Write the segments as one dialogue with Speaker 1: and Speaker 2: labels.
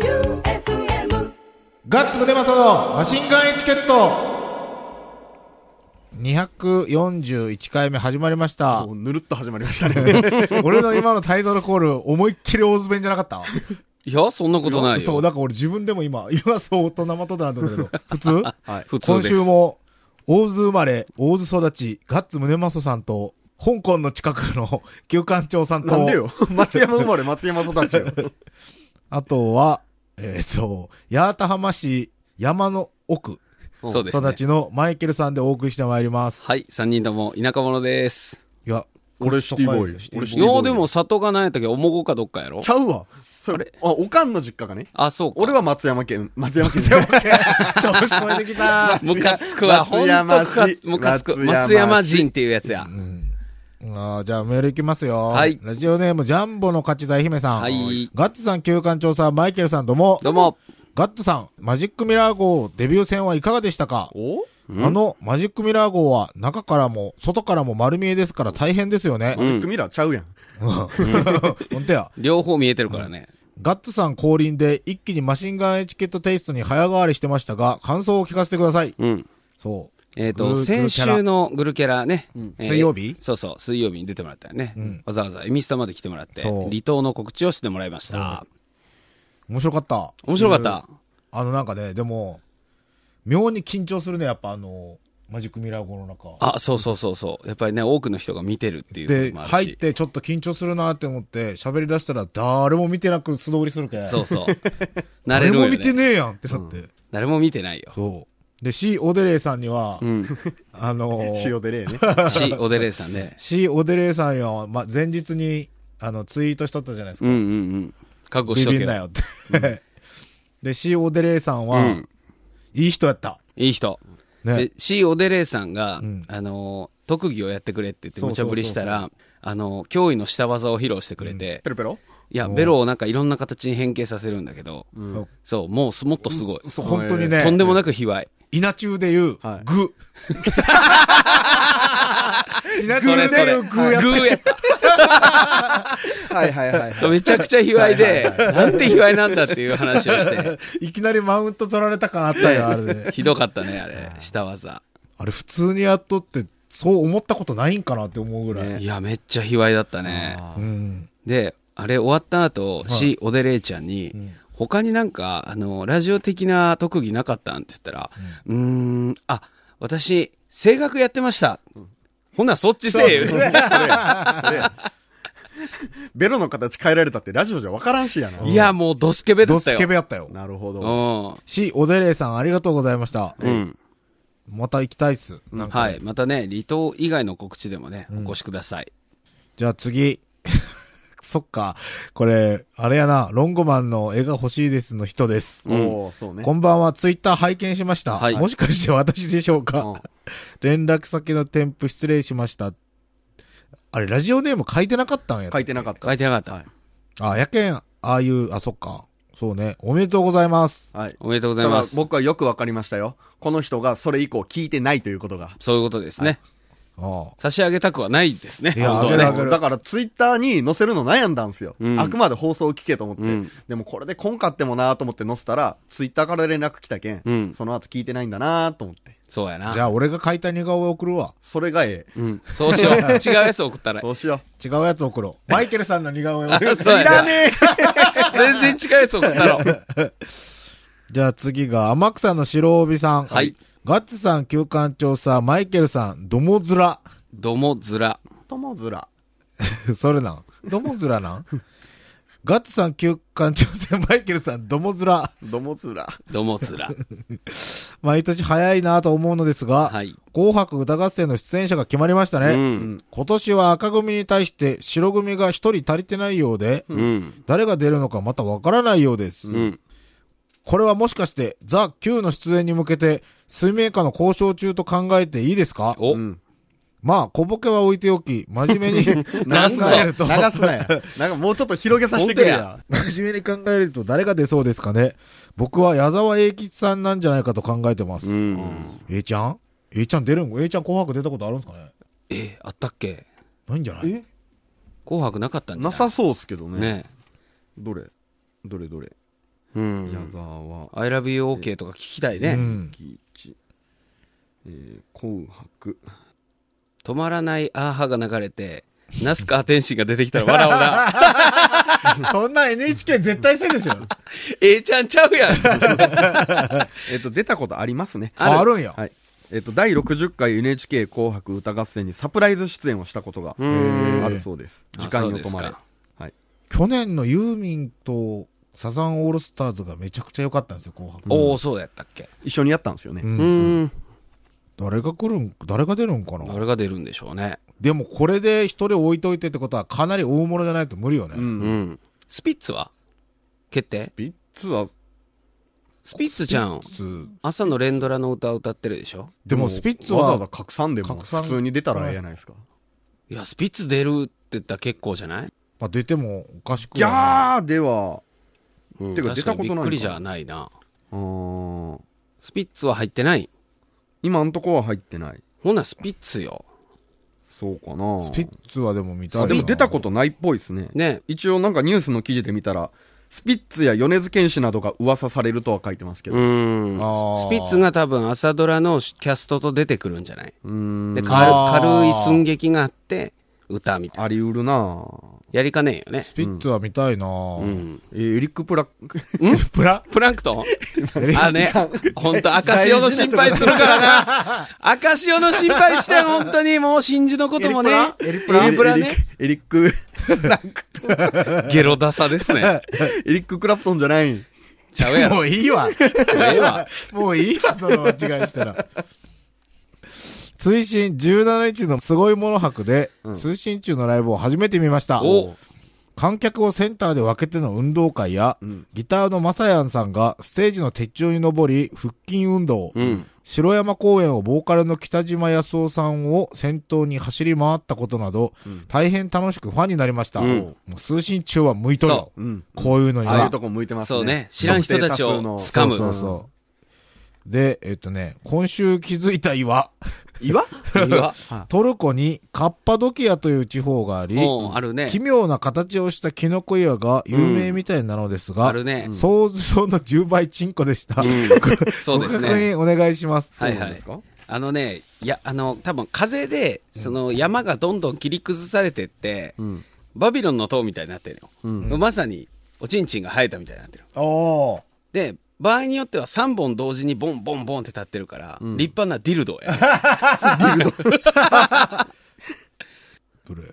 Speaker 1: J-O-E-U-F-M
Speaker 2: ガッツムネマソのマシンガンエチケット241回目始まりました
Speaker 3: も。うぬるっと始まりましたね。
Speaker 2: 俺の今のタイトルコール、思いっきり大ズベンじゃなかった
Speaker 4: いや、そんなことない
Speaker 2: そ
Speaker 4: よ
Speaker 2: う、。だから俺自分でも今、今そうと生とだなと思ったけど、普通
Speaker 3: はい。
Speaker 4: 普通
Speaker 2: 今
Speaker 4: です。
Speaker 2: 週も、大津生まれ、大津育ち、ガッツムネマソさんと、香港の近くの 旧館長さんと、
Speaker 3: なんでよ。松山生まれ、松山育ち よ。
Speaker 2: あとは、えっ、と、八幡浜市山の奥
Speaker 4: そうです、ね
Speaker 2: 育。ちのマイケルさんでお送りしてまいります。
Speaker 4: はい、三人とも田舎者です。
Speaker 2: いや、
Speaker 3: 俺シティボーイ
Speaker 2: シティボ
Speaker 3: 俺シ
Speaker 4: い
Speaker 3: ティボーイ
Speaker 4: や、でも里がないときは、おもごかどっかやろ
Speaker 3: ちゃうわ。そ
Speaker 4: あ
Speaker 3: れ
Speaker 4: れ、
Speaker 3: あ、おかんの実家がね。
Speaker 4: あ、そうか。
Speaker 3: 俺は松山県、松山県じゃない
Speaker 2: 調子超えてきた。
Speaker 4: ムカつくわ。ほ
Speaker 3: 松
Speaker 4: んと
Speaker 3: 山
Speaker 4: ム
Speaker 3: 市
Speaker 4: カムカつく。
Speaker 3: 松山市
Speaker 4: 松山人っていうやつや。
Speaker 2: あーじゃあメールいきますよ。
Speaker 4: はい
Speaker 2: ラジオネーム、ジャンボの勝ち座愛媛さん。
Speaker 4: はい
Speaker 2: ガッツさん、旧館長さん、マイケルさん、どうも。
Speaker 4: どうも。
Speaker 2: ガッツさん、マジックミラー号デビュー戦はいかがでしたか
Speaker 3: お
Speaker 4: ん
Speaker 2: あの、マジックミラー号は中からも外からも丸見えですから大変ですよね
Speaker 3: マ。ジックミラーちゃうやん。
Speaker 2: ほんとや。
Speaker 4: 両方見えてるからね。
Speaker 2: ガッツさん降臨で一気にマシンガンエチケットテイストに早変わりしてましたが、感想を聞かせてください。
Speaker 4: うん。
Speaker 2: そう。
Speaker 4: えっ、
Speaker 2: グ
Speaker 4: と、
Speaker 2: ルーキャラ
Speaker 4: 先週のグルキャラね。えー
Speaker 2: 水曜日
Speaker 4: そうそう、水曜日に出てもらったよね。わざわざ、エミスタまで来てもらって、
Speaker 2: そう
Speaker 4: 離島の告知をしてもらいました。
Speaker 2: 面白かった。
Speaker 4: 面白かった。
Speaker 2: あのなんかね、でも、妙に緊張するね、やっぱあの、マジックミラー号の中。
Speaker 4: あ、そうそうそうそう。やっぱりね、多くの人が見てるっていう
Speaker 2: で、
Speaker 4: のもある
Speaker 2: 入っ
Speaker 4: し。
Speaker 2: てちょっと緊張するなって思って、喋り出したら誰も見てなく素通りするけん。
Speaker 4: そ うそう。慣れ
Speaker 2: 誰
Speaker 4: るよ、
Speaker 2: も
Speaker 4: ね
Speaker 2: 見。てねえやんってなって。
Speaker 4: 誰も見てない よ。
Speaker 2: そう。で、C ・オデレイさんには、
Speaker 4: うん。
Speaker 2: あ のー、
Speaker 3: 塩でねえね。
Speaker 4: し、オデレイさんね。
Speaker 2: C ・オデレイさんには、ま、前日に、あの、ツイートしとったじゃないです
Speaker 4: うん
Speaker 2: か。
Speaker 4: うんうん。覚悟しと
Speaker 2: ビ
Speaker 4: け
Speaker 2: ビんな
Speaker 4: よ。
Speaker 2: よって。 で、C ・オデレイさんは、
Speaker 4: うん
Speaker 2: いい人やった。
Speaker 4: いい人。
Speaker 2: ね
Speaker 4: で。、C オデレイさんが、
Speaker 2: ん
Speaker 4: あのー、特技をやってくれって言って
Speaker 2: そう
Speaker 4: 無
Speaker 2: そうそう
Speaker 4: 茶
Speaker 2: そう
Speaker 4: ぶりしたら、あのー、脅威の下技を披露してくれて、
Speaker 3: ペロペロ
Speaker 4: いや、ベロをなんかいろんな形に変形させるんだけど、
Speaker 2: ん
Speaker 4: そう、もうすもっとすごい。
Speaker 2: そう本当にね、
Speaker 4: とんでもなく卑猥。
Speaker 2: 稲中で言う、
Speaker 3: はい
Speaker 2: グ。稲
Speaker 4: そ
Speaker 2: 中
Speaker 4: れ
Speaker 2: で
Speaker 4: そ
Speaker 2: 言
Speaker 4: れ。
Speaker 2: う
Speaker 4: グ
Speaker 2: グやっ
Speaker 4: ーやった。
Speaker 3: はいはい はいはい。
Speaker 4: めちゃくちゃ卑猥で、なんて卑猥なんだっていう話 をして。
Speaker 2: いきなりマウント取られた感あったよ、あれで。
Speaker 4: ひどかったね、あれ。下技。
Speaker 2: あれ普通にやっとって、そう思ったことないんかなって思うぐらい。
Speaker 4: いや、めっちゃ卑猥だったね。
Speaker 2: うん。
Speaker 4: で、あれ終わった後、シ、オデレイちゃんに、他になんか、あの、ラジオ的な特技なかったんって言ったら、うーん、あ、私、声楽やってました。ほな、そっちせえよ。
Speaker 3: ベロの形変えられたってラジオじゃわからんしやな。
Speaker 4: いや、もう、ドスケベだ
Speaker 2: ド
Speaker 4: った
Speaker 2: ス
Speaker 4: よ。
Speaker 2: ケベやったよ。
Speaker 3: なるほ
Speaker 4: う
Speaker 3: ど。
Speaker 4: ん。
Speaker 2: し、おでれいさんありがとうございました。
Speaker 4: うん。
Speaker 2: また行きたいっす。なんか
Speaker 4: はい。またね、離島以外の告知でもね、お越しください。
Speaker 2: じゃあ次。 そっか。これ、あれやな、ロンゴマンの絵が欲しいですの人です。
Speaker 4: うん
Speaker 3: おおそうね
Speaker 2: こ。んばんは、ツイッター拝見しました。
Speaker 4: はい
Speaker 2: もしかして私でしょうか、
Speaker 3: うん
Speaker 2: 連絡先の添付失礼しました。あれ、ラジオネーム書いてなかったんや。
Speaker 3: 書いてなかっ
Speaker 4: 書いてなかった。
Speaker 3: はい
Speaker 2: あ、やけん、ああいう、あ、そっか。そうね。おめでとうございます。
Speaker 3: た。はい。
Speaker 4: おめでとうござ
Speaker 3: だ
Speaker 4: い
Speaker 3: か
Speaker 4: ま
Speaker 3: ら
Speaker 4: す。
Speaker 3: 僕はよくわかりましたよ。この人がそれ以降聞いてないということが。
Speaker 4: そういうことですね。
Speaker 2: ああ
Speaker 4: 差し上げたくはないですね。
Speaker 2: いや
Speaker 4: 本当
Speaker 2: あ
Speaker 4: は
Speaker 2: げ
Speaker 4: ね
Speaker 2: る
Speaker 3: だ
Speaker 2: あ
Speaker 3: か
Speaker 2: げる
Speaker 3: らだからツイッターに載せるの悩んだんですよ、
Speaker 4: うん
Speaker 3: あくまで放送を聞けと思って、
Speaker 4: うん
Speaker 3: でもこれでこんかってもなと思って載せたらツイッターから連絡来たけん、
Speaker 4: うん
Speaker 3: その後聞いてないんだなと思って
Speaker 4: そうやな
Speaker 2: じ。ゃあ、俺が書いた似顔絵送るわ。
Speaker 3: それがええ
Speaker 4: うん。そ うしよう。違うやつ送ったら
Speaker 3: そ。うしよ
Speaker 2: 違うやつ送ろう。マイケルさんの似顔絵
Speaker 4: あ
Speaker 2: 送る
Speaker 4: そうや
Speaker 3: ういらね
Speaker 4: 全然違うやつ送ったろ。
Speaker 2: じゃあ次が、天草の白帯さん。
Speaker 4: はい。
Speaker 2: ガッツさん、旧館長さん、マイケルさん、どもずら。
Speaker 4: どもずら。
Speaker 3: えともずら
Speaker 2: それなん。どもずらなんガッツさん、旧館長さん、マイケルさん、どもずら。
Speaker 3: どもずら
Speaker 4: どもずら。
Speaker 2: 毎年早いなと思うのですが、
Speaker 4: はい。
Speaker 2: 紅白歌合戦の出演者が決まりましたね。
Speaker 4: うん。
Speaker 2: 今年は赤組に対して白組が一人足りてないようで、
Speaker 4: うん。
Speaker 2: 誰が出るのかまたわからないようです。
Speaker 4: うん。
Speaker 2: これはもしかして、ザ・ Q の出演に向けて、水面下の交渉中と考えていいですか
Speaker 4: お、
Speaker 3: うん
Speaker 2: まあ、小ボケは置いておき、真面目 に考
Speaker 4: なんぞ
Speaker 2: えると、
Speaker 3: 流すなやなんかもうちょっと広げさせてくれや
Speaker 2: 真面目に考えると誰が出そうですかね僕は矢沢永吉さんなんじゃないかと考えてます。
Speaker 4: う
Speaker 2: え
Speaker 4: ん。
Speaker 2: A ちゃん ?A ちゃん出るん ?A ちゃん紅白出たことあるんですかね
Speaker 4: え、あったっけ
Speaker 2: ないんじゃない
Speaker 4: 紅白なかったんじゃ
Speaker 3: な
Speaker 4: ない
Speaker 3: さそうっすけどね
Speaker 4: ね
Speaker 3: どれどれどれ、
Speaker 4: う
Speaker 3: 矢
Speaker 4: ん。
Speaker 3: 沢
Speaker 4: I love you OK とか聞きたいうね。
Speaker 2: ん。
Speaker 3: 喜一、えー、紅白
Speaker 4: 止まらないアーハが流れて、ナスカ天心が出てきたら笑う な。
Speaker 2: そんなん NHK 絶対せんでしょ。
Speaker 4: ええちゃんちゃうやん。
Speaker 3: えっ、と出たことありますね
Speaker 4: ある
Speaker 2: あるんや。
Speaker 3: はいえっと第60回 NHK 紅白歌合戦にサプライズ出演をしたことが
Speaker 4: うーん
Speaker 3: あるそうです
Speaker 4: あ
Speaker 3: 時間よ止まれ
Speaker 4: そうですか
Speaker 3: はい、
Speaker 2: 去年のユーミンとサザンオールスターズがめちゃくちゃ良かったんですよ、紅白。
Speaker 4: おお、そうやったっけ。
Speaker 3: 一緒にやったんですよね、
Speaker 2: う
Speaker 4: うんーん。
Speaker 2: 誰が来るん、誰が出るんかな
Speaker 4: 誰が出るんでしょうね。
Speaker 2: でもこれで一人置いといてってことはかなり大物じゃないと無理よね。
Speaker 3: う
Speaker 4: うんん。スピッツは決定
Speaker 3: ビッツは
Speaker 4: スピッツちゃん、
Speaker 2: つ
Speaker 4: 朝の連ドラの歌を歌ってるでしょ
Speaker 2: でもスピッツ
Speaker 3: わざわ
Speaker 2: は
Speaker 3: ざ、拡散でも
Speaker 2: 拡散
Speaker 3: 普通に出たらええやないですか
Speaker 4: いや、スピッツ出るって言ったら結構じゃない
Speaker 2: まあ、出てもおかしく
Speaker 3: ギ
Speaker 2: は
Speaker 3: ャーでは
Speaker 4: うん。
Speaker 3: てか出たことないのか
Speaker 4: 確かにびっくりじゃないな。
Speaker 3: うーん
Speaker 4: スピッツは入ってない。
Speaker 3: 今んとこは入ってない
Speaker 4: ほな、スピッツよ。
Speaker 3: そうかな
Speaker 2: ないスピッツはでも見たい
Speaker 3: あ
Speaker 2: な
Speaker 3: でも出たことないっぽいですね
Speaker 4: ね。
Speaker 3: 一応なんかニュースの記事で見たらスピッツや米津玄師などが噂されるとは書いてますけど
Speaker 4: うーん。
Speaker 2: あー
Speaker 4: スピッツが多分朝ドラのキャストと出てくるんじゃない
Speaker 3: うん
Speaker 4: で、軽
Speaker 2: あー
Speaker 4: 軽い寸劇があって、歌みたいな。
Speaker 3: あり得るな
Speaker 4: やりかねえよね。
Speaker 2: スピッツは見たいなぁ
Speaker 4: うん。
Speaker 3: えーエリック・プラック
Speaker 2: プラ
Speaker 4: プランクトン
Speaker 2: え
Speaker 4: あね、ほんと赤潮の心配するからな。赤潮の心配して、ほんとにもう真珠のこともね。
Speaker 2: エリプ
Speaker 4: エ
Speaker 2: ラ
Speaker 4: リプラね。
Speaker 3: エリック エリッ
Speaker 4: ゲロダサですね。
Speaker 3: クエリック・クラプトンじゃないん
Speaker 4: ちゃうやろ。
Speaker 2: もういいわ。
Speaker 4: ええわ。
Speaker 2: もういいわ、その間違いしたら。追伸17日のすごいもの博で、
Speaker 3: うん
Speaker 2: 通信中のライブを初めて見ました。
Speaker 4: お
Speaker 2: 観客をセンターで分けての運動会や、
Speaker 3: うん
Speaker 2: ギターのマサヤンさんがステージの鉄柱に登り、腹筋運動、
Speaker 4: うん。
Speaker 2: 城山公園をボーカルの北島康夫さんを先頭に走り回ったことなど、大変楽しくファンになりました。
Speaker 4: うん
Speaker 2: もう通信中は向いとるよ
Speaker 4: そ。
Speaker 3: うん
Speaker 2: こういうのには。
Speaker 3: ああいうとこ向いてますね
Speaker 4: そうね知らん人たち
Speaker 3: 特定多数
Speaker 4: を
Speaker 3: の
Speaker 4: 掴む
Speaker 2: そうそうそう。で、えっとね、今週気づいた岩。
Speaker 3: 岩
Speaker 4: いいわ。
Speaker 2: トルコにカッパドキアという地方があり、
Speaker 4: もう、あるね
Speaker 2: 奇。妙な形をしたキノコ岩が有名みたいなのですが、
Speaker 4: あるね。
Speaker 2: 想像の10倍チンコでした。
Speaker 4: うん。そうです
Speaker 2: ご
Speaker 4: ね
Speaker 2: 確。認お願いします。
Speaker 4: はい
Speaker 3: そうな
Speaker 4: は
Speaker 3: ん
Speaker 4: い
Speaker 3: ですか。
Speaker 4: あのね、いや、あの、多分風で、その山がどんどん切り崩されてって、
Speaker 3: ん
Speaker 4: バビロンの塔みたいになってるよ。
Speaker 3: うん
Speaker 4: まさに、おちんちんが生えたみたいになってる。
Speaker 2: おー
Speaker 4: で、場合によっては3本同時にボンボンボンって立ってるから、立派なディルドや、ね。
Speaker 2: ブルー。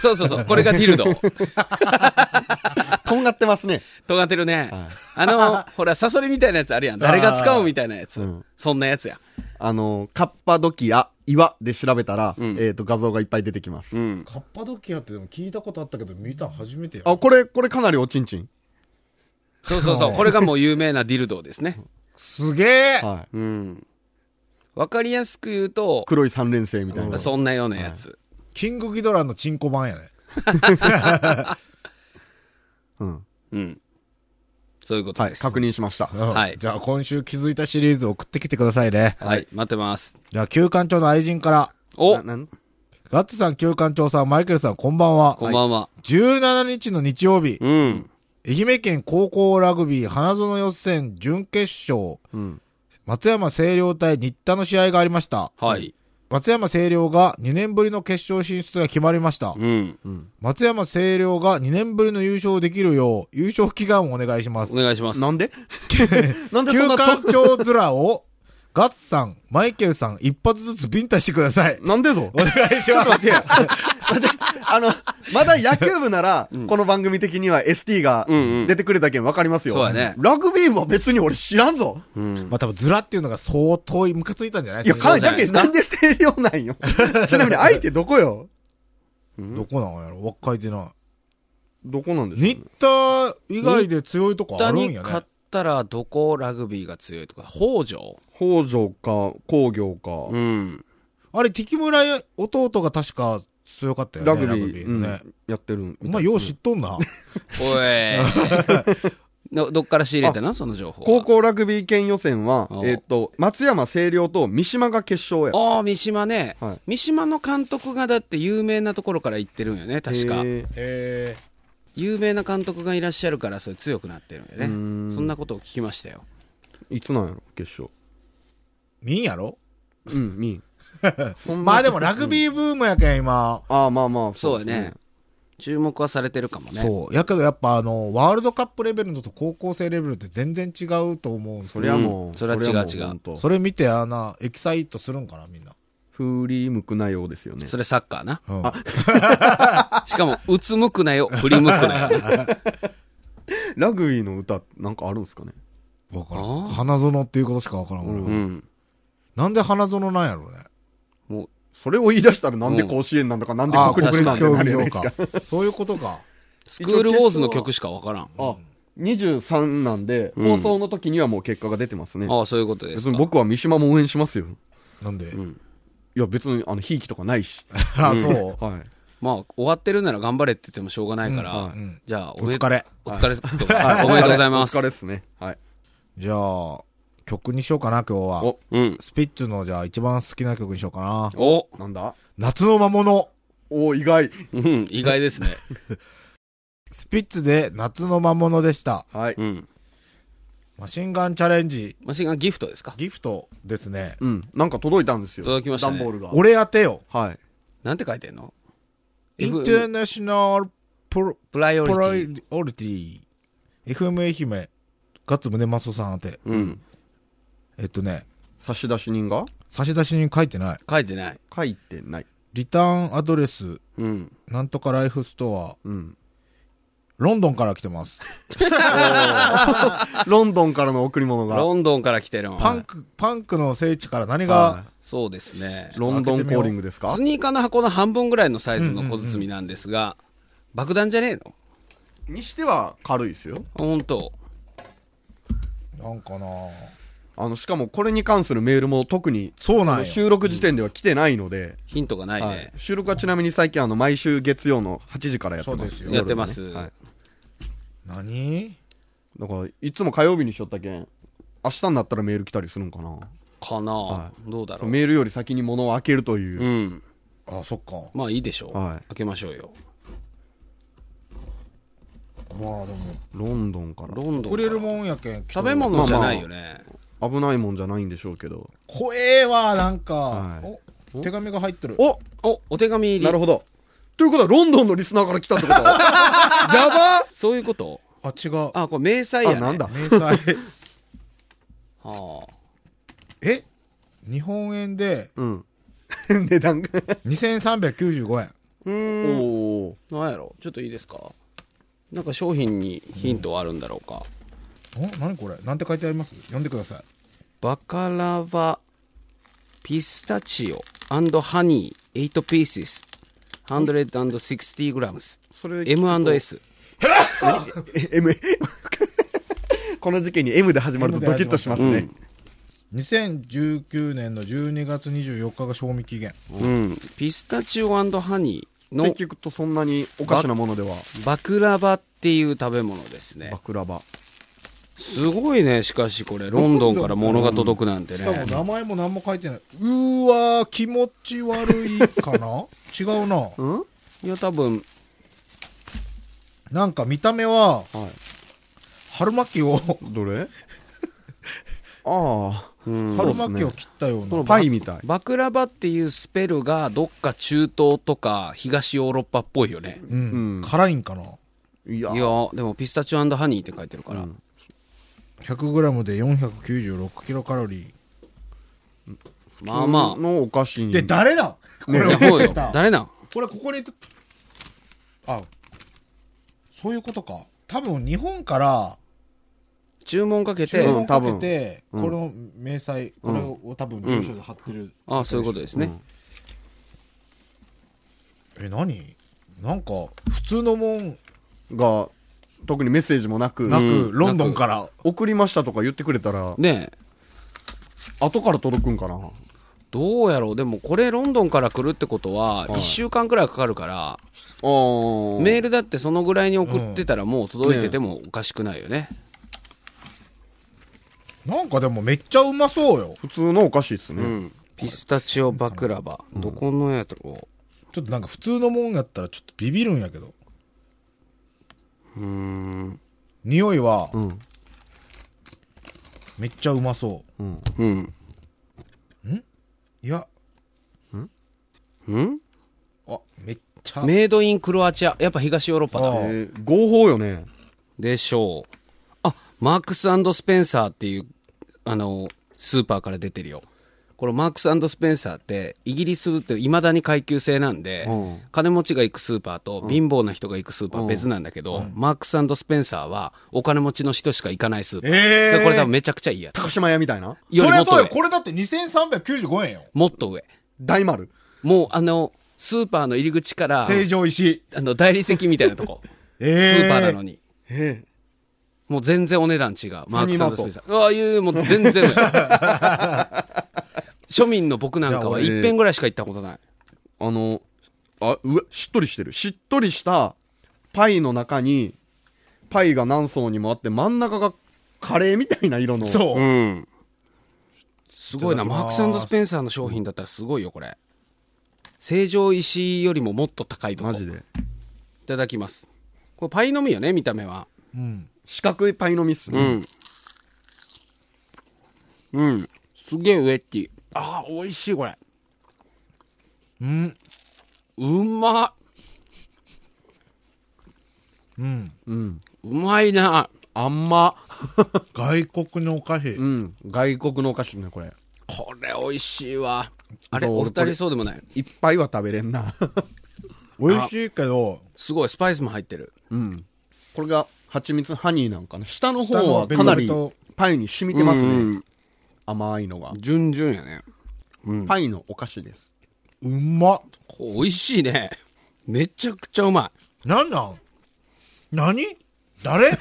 Speaker 4: そうそうそう、これがディ ルド。
Speaker 3: とんがってますね
Speaker 4: 尖ってるね
Speaker 3: はい。
Speaker 4: あの、ほら、サソリみたいなやつあるやん。誰が使うみたいなやつ
Speaker 3: うん。
Speaker 4: そんなやつや。
Speaker 3: あのカッパドキア岩で調べたら、
Speaker 4: うん
Speaker 3: えっ、と画像がいっぱい出てきます、
Speaker 4: うん。
Speaker 2: カッパドキアってでも聞いたことあったけど、見たん初めてや。
Speaker 3: あこれこれかなりおちんちん
Speaker 4: そうそうそう、これがもう有名なディルドですね。
Speaker 2: すげえ
Speaker 3: はい
Speaker 4: うん。わかりやすく言うと、
Speaker 3: 黒い三連星みたいな、
Speaker 4: そんなようなやつ。
Speaker 2: キングギドラのチンコ版やね。
Speaker 3: うん
Speaker 4: うん。そういうこと
Speaker 3: はい、
Speaker 4: です。
Speaker 3: 確認しました
Speaker 2: うん
Speaker 4: はい
Speaker 2: じゃあ今週気づいたシリーズ送ってきてくださいね。
Speaker 4: はい、待ってます。
Speaker 2: じゃあ、旧館長の愛人から。
Speaker 4: お
Speaker 3: ななん
Speaker 2: ガッツさん、旧館長さん、マイケルさん、こんばんは。
Speaker 4: こんばんは。
Speaker 2: 17日の日曜日、
Speaker 4: うん。
Speaker 2: 愛媛県高校ラグビー花園予選準決勝、
Speaker 3: うん
Speaker 2: 松山星稜対新田の試合がありました。
Speaker 4: はい。
Speaker 2: 松山星稜が2年ぶりの決勝進出が決まりました。
Speaker 4: うん。
Speaker 2: 松山星稜が2年ぶりの優勝できるよう、優勝祈願をお願いします
Speaker 4: お。願いします。
Speaker 3: なんで なんで
Speaker 2: 旧
Speaker 3: そんなと
Speaker 2: 館長面を、ガッツさん、マイケルさん、一発ずつビンタしてください。
Speaker 3: なんでぞ
Speaker 2: お願いします。
Speaker 3: あの、まだ野球部なら、この番組的には ST が
Speaker 4: うんうん
Speaker 3: 出てくれた件分かりますよ。
Speaker 4: そうやね
Speaker 3: ラグビー部は別に俺知らんぞ。
Speaker 4: うん。
Speaker 2: まあ多分ズラっていうのが相当ムカついたんじゃない
Speaker 3: いや、
Speaker 4: そ
Speaker 3: か
Speaker 4: うじゃ
Speaker 3: だ
Speaker 4: ないで
Speaker 3: け
Speaker 4: す
Speaker 3: ど
Speaker 4: か
Speaker 3: なんで声量なん よ。ちなみに相手どこよ
Speaker 2: どこなんやろわっかいてない。
Speaker 3: どこなんで
Speaker 2: 新田以外で強いとこあ
Speaker 4: 他
Speaker 2: るん
Speaker 4: に
Speaker 2: やね
Speaker 4: 勝っ。たらどこラグビーが強いとか、北条
Speaker 3: 北条か、工業か
Speaker 4: う。ん。
Speaker 2: あれ、敵村弟が確か強かったよね。
Speaker 3: ラ
Speaker 2: ラ
Speaker 3: グ
Speaker 2: グ
Speaker 3: ビ
Speaker 2: ビ
Speaker 3: ー、
Speaker 2: ーのね。
Speaker 3: うんやってる。
Speaker 2: お前よう知っとんな。
Speaker 4: おい。のどっから仕入れたのその情報
Speaker 3: 高
Speaker 4: は。
Speaker 3: 校ラグビー県予選は
Speaker 4: あ、
Speaker 3: えっと、松山星稜と三島が決勝や。
Speaker 4: ああ、三島ね、
Speaker 3: はい
Speaker 4: 三島の監督がだって有名なところから行ってるんよね、確か。
Speaker 3: へー
Speaker 2: へ
Speaker 4: 有名な監督がいらっしゃるからそれ強くなってるんでねそんなことを聞きましたよ
Speaker 3: いつなんやろ決勝
Speaker 2: 2位やろ
Speaker 3: うん2 そんな
Speaker 2: まあでもラグビーブームやけん今。
Speaker 3: ああまあまあ
Speaker 4: そう
Speaker 3: で
Speaker 4: や
Speaker 3: す
Speaker 4: ね注目はされてるかもね
Speaker 2: そう。やけどやっぱあの、ワールドカップレベルのと高校生レベルって全然違うと思うんです
Speaker 3: そ
Speaker 2: よ
Speaker 3: りゃもう、
Speaker 4: うんそれは違う
Speaker 3: りゃも
Speaker 4: 違う
Speaker 3: ほんと
Speaker 2: それ見てあな、エキサイトするんかなみんな。
Speaker 3: 振り向くなようですよね
Speaker 4: それサッカーな
Speaker 2: うん、
Speaker 4: しかもうつむくなよ振り向くなよ
Speaker 3: ラグビーの歌なんかあるんですかね
Speaker 2: わか
Speaker 4: あ
Speaker 2: ら
Speaker 4: ー
Speaker 2: ん。花園っていうことしかわからんから、
Speaker 4: うん
Speaker 2: なんで花園なんやろうね。
Speaker 4: もう
Speaker 3: それを言い出したらなんで甲子園なんだかなんで
Speaker 2: あー
Speaker 3: 国立なんだかなるじゃないですか
Speaker 2: 競技場か。そういうことか。
Speaker 4: スクールウォーズの曲しかわからん
Speaker 3: あ23なんで、
Speaker 4: うん
Speaker 3: 放送の時にはもう結果が出てますね
Speaker 4: ああそういうことで
Speaker 3: 別
Speaker 4: す
Speaker 3: に
Speaker 4: か
Speaker 3: 僕は三島も応援しますよ
Speaker 2: なんで、
Speaker 4: ん
Speaker 3: いや別にあのひいきとかないし
Speaker 2: あ、そう。
Speaker 3: はい
Speaker 4: まあ終わってるなら頑張れって言ってもしょうがないから、
Speaker 3: うんはい
Speaker 2: うん
Speaker 4: じゃあお
Speaker 2: お
Speaker 4: め
Speaker 2: 疲れ。
Speaker 4: お疲れとかおめでとうございま
Speaker 3: お
Speaker 4: す
Speaker 3: 疲れっすねはい
Speaker 2: じゃあ、曲にしようかな、今日は
Speaker 3: お。
Speaker 4: うん
Speaker 2: スピッツの、じゃあ、一番好きな曲にしようかな。
Speaker 4: お
Speaker 3: なんだ
Speaker 2: 夏の魔物。
Speaker 3: おお意外
Speaker 4: うん意外ですね
Speaker 2: スピッツで夏の魔物でした。
Speaker 3: はい
Speaker 4: うん
Speaker 2: マシンガンチャレンジ、
Speaker 4: マシンガンギフトですか
Speaker 2: ギフトですね。
Speaker 3: うんなんか届いたんですよ
Speaker 4: 届きましたね
Speaker 3: 段ボールが
Speaker 2: 俺当てよ。
Speaker 3: はい
Speaker 4: なんて書いてんの
Speaker 2: イン
Speaker 4: F-
Speaker 2: ターナショナルプロ、
Speaker 4: プライオ
Speaker 2: プ
Speaker 4: リテ
Speaker 2: ラ
Speaker 4: ィ
Speaker 2: イオリティ。FM 愛媛、ガッツムネマソさん宛て。
Speaker 4: うん
Speaker 2: えっとね、
Speaker 3: 差出人が
Speaker 2: 差出しに書いてない。
Speaker 4: 書いてない
Speaker 3: 書いてない
Speaker 2: リターンアドレス、
Speaker 4: うん
Speaker 2: なんとかライフストア、
Speaker 3: うん
Speaker 2: ロンドンから来てます。
Speaker 3: ロンドンからの贈り物が
Speaker 4: ロンドンから来てるの
Speaker 2: パンク、パンクの聖地から何
Speaker 3: は
Speaker 2: が、
Speaker 4: そうですね
Speaker 3: いロンドンコーリングですか
Speaker 4: スニーカーの箱の半分ぐらいのサイズの小包みなんですが、爆弾じゃねえの
Speaker 3: にしては軽いですよ
Speaker 4: あ本当
Speaker 2: なんかな
Speaker 3: あのしかもこれに関するメールも特に
Speaker 2: そうなんよ。
Speaker 3: 収録時点では来てないので、
Speaker 4: ヒントがないね、
Speaker 3: はい収録はちなみに最近あの毎週月曜の8時からやって
Speaker 2: そ
Speaker 3: ま
Speaker 2: うですす
Speaker 3: よ
Speaker 2: よ
Speaker 4: やってます
Speaker 3: 夜のねはい、
Speaker 2: 何
Speaker 3: だからいつも火曜日にしよったけん明日になったらメール来たりするんかな
Speaker 4: かな、
Speaker 3: は
Speaker 4: どうだ
Speaker 3: そ
Speaker 4: ろ
Speaker 3: う
Speaker 4: う
Speaker 3: メールより先に物を開けるという、
Speaker 4: うん
Speaker 2: あ、そっか。
Speaker 4: まあいいでしょう、
Speaker 3: はい
Speaker 4: 開けましょうよ
Speaker 2: まあでも、
Speaker 3: ロンドンから
Speaker 4: ロンドン
Speaker 2: く
Speaker 4: か
Speaker 2: れ
Speaker 4: ら
Speaker 2: るもんやけん。
Speaker 4: 食べ物じゃないよね、
Speaker 3: 危ないもんじゃないんでしょうけど
Speaker 2: 怖えわ、なんか。
Speaker 3: はい
Speaker 2: お、手紙が入ってる。
Speaker 3: お
Speaker 4: おお手紙入り
Speaker 3: なるほどということはロンドンのリスナーから来たってことやば
Speaker 4: そういうこと
Speaker 2: あ、違う。
Speaker 4: あこれ迷彩やね
Speaker 3: あなんだ
Speaker 2: 明細。
Speaker 4: はあ
Speaker 2: え日本円で
Speaker 3: うん値 段が
Speaker 2: 2395円。
Speaker 3: お
Speaker 4: うーん
Speaker 3: お
Speaker 4: なんやろちょっといいですかなんか商品にヒントはあるんだろうか、
Speaker 2: お何これなんて書いてあります読んでください。
Speaker 4: バカラバピスタチオハニー8ピースス160グラムス
Speaker 3: それ
Speaker 4: M&S
Speaker 3: え M この事件に M で始まるとドキッとしますね、
Speaker 4: うん
Speaker 2: 2019年の12月24日が賞味期限。
Speaker 4: うんピスタチオハニー
Speaker 3: って
Speaker 4: の
Speaker 3: 聞くとそんなにおかしなものでは
Speaker 4: バクラバっていう食べ物ですね
Speaker 3: バクラバ
Speaker 4: すごいねしかしこれロンドンから物が届くなんて
Speaker 2: しかも
Speaker 4: ね
Speaker 2: 名前も何も書いてない。うーわー、気持ち悪いかな違うな。
Speaker 3: うんはい
Speaker 4: いや多分
Speaker 2: なんか見た目は、春巻きを、
Speaker 3: ど れあ
Speaker 4: うん
Speaker 3: そ
Speaker 2: 春
Speaker 3: うっすね
Speaker 2: 巻きを切ったよう
Speaker 3: あ
Speaker 2: な。
Speaker 3: パイみたい
Speaker 4: バクラバっていうスペルがどっか中東とか東ヨーロッパっぽいよね
Speaker 2: う
Speaker 3: うん
Speaker 2: ん。辛いんかない
Speaker 3: や
Speaker 4: いやでもピスタチオハニーって書いてるから、
Speaker 3: うん
Speaker 2: ?100g で 496kcal。
Speaker 4: まあま
Speaker 3: 普通のお菓子に
Speaker 2: で、誰だこ
Speaker 4: あい
Speaker 2: れ
Speaker 4: や
Speaker 2: 思
Speaker 4: そ
Speaker 2: っ
Speaker 4: う
Speaker 2: て
Speaker 4: よ
Speaker 2: た。
Speaker 4: 誰なん
Speaker 2: これここに、あ、そういうことか。多分日本から
Speaker 4: 注文かけ
Speaker 2: 注
Speaker 4: て、
Speaker 2: 文かけ
Speaker 3: うん多
Speaker 2: て、
Speaker 3: うん
Speaker 2: この明細、これを多分住所で貼ってる。
Speaker 4: ああそういうことですね、
Speaker 2: え、何なんか、普通のもん
Speaker 3: が特にメッセージもなく、
Speaker 2: な
Speaker 4: う
Speaker 2: く
Speaker 4: ん、
Speaker 2: ロンドンから。
Speaker 3: 送りましたとか言ってくれたら
Speaker 4: ねえ
Speaker 3: 後から届くんかな
Speaker 4: どうやろうでもこれロンドンから来るってことは1週間くらいかかるから、
Speaker 3: あ
Speaker 4: メールだってそのぐらいに送ってたらもう届いててもおかしくないよね
Speaker 2: なんかでもめっちゃうまそうよ。
Speaker 3: 普通のお菓子ですね、
Speaker 4: うんピスタチオバクラバ、どこのやつを
Speaker 2: ちょっとなんか普通のもんやったらちょっとビビるんやけど。
Speaker 4: うーん。
Speaker 2: 匂いは、
Speaker 3: ん
Speaker 2: めっちゃうまそ
Speaker 4: うん。
Speaker 2: う。いや、
Speaker 4: うん
Speaker 2: あ、めっちゃ、
Speaker 4: メイドインクロアチア。やっぱ東ヨーロッパ
Speaker 2: あ
Speaker 4: だ。
Speaker 2: あ
Speaker 3: えー合法よね。
Speaker 4: でしょう。あ、マークススペンサーっていう、あの、スーパーから出てるよ。このマークススペンサーって、イギリスって未だに階級制なんで、
Speaker 3: うん
Speaker 4: 金持ちが行くスーパーと貧乏な人が行くスーパーは別なんだけど、マークススペンサーはお金持ちの人しか行かないスーパー。
Speaker 2: えー
Speaker 4: だからこれ多分めちゃくちゃいいやつ。
Speaker 3: 高島屋みたいな
Speaker 4: よ
Speaker 2: そ
Speaker 4: り
Speaker 2: り
Speaker 4: も
Speaker 2: ゃそう
Speaker 4: っと
Speaker 2: よ。
Speaker 4: 上。
Speaker 2: これだって2395円よ。
Speaker 4: もっと上。
Speaker 3: 大丸。
Speaker 4: もうあの、スーパーの入り口から、
Speaker 2: 成城石井。
Speaker 4: あの、大理石みたいなと こ。
Speaker 2: え
Speaker 4: ス
Speaker 2: ー
Speaker 4: ーパーなのに。
Speaker 3: え
Speaker 4: もう全然お値段違う。マーク
Speaker 3: ニー
Speaker 4: サ
Speaker 3: マ
Speaker 4: ン
Speaker 3: ー
Speaker 4: ド
Speaker 3: ト
Speaker 4: スペンサー。ああいう、もう全然。庶民の僕なんかは
Speaker 3: じゃあ俺
Speaker 4: 一遍ぐらいしか行ったことない。
Speaker 3: えあの、あ、うわ、しっとりしてる。しっとりしたパイの中に、パイが何層にもあって、真ん中がカレーみたいな色の。う。
Speaker 2: そう
Speaker 4: う。ん。すごいな。
Speaker 2: いただき
Speaker 4: マ
Speaker 2: ま
Speaker 4: ーク
Speaker 2: す
Speaker 4: サンドスペンサーの商品だったらすごいよ、これ。成城石井よりももっと高いとこ。
Speaker 3: マジで。
Speaker 4: いただきます。これパイのみよね、見た目は。
Speaker 2: うん。
Speaker 3: 四角いパイのミス、
Speaker 4: う。ん。うん。すげえウェッティ。ああ、美味しい、これ。
Speaker 2: うん。
Speaker 4: うまっ
Speaker 2: うん。
Speaker 3: うん。
Speaker 4: うまいな。
Speaker 3: あんま。
Speaker 2: 外国のお菓子。
Speaker 3: うん。外国のお菓子ね、これ。
Speaker 4: これ美味しいわ。あれ、
Speaker 3: どう
Speaker 4: お二人そうでもない。
Speaker 3: いっぱいは食べれんな。
Speaker 2: 美味しいけど、
Speaker 4: すごい、スパイスも入ってる。
Speaker 3: うん。これが蜂蜜ハニーなんかな。下の方
Speaker 2: 下の
Speaker 3: はかなり
Speaker 2: ベトベ
Speaker 3: パイに染みてますね。
Speaker 4: うん
Speaker 3: 甘いのが。
Speaker 4: 順々やね。うん。
Speaker 3: パイのお菓子です。
Speaker 2: うまっ。
Speaker 4: こう美味しいね。めちゃくちゃう ま
Speaker 2: なんなん何 誰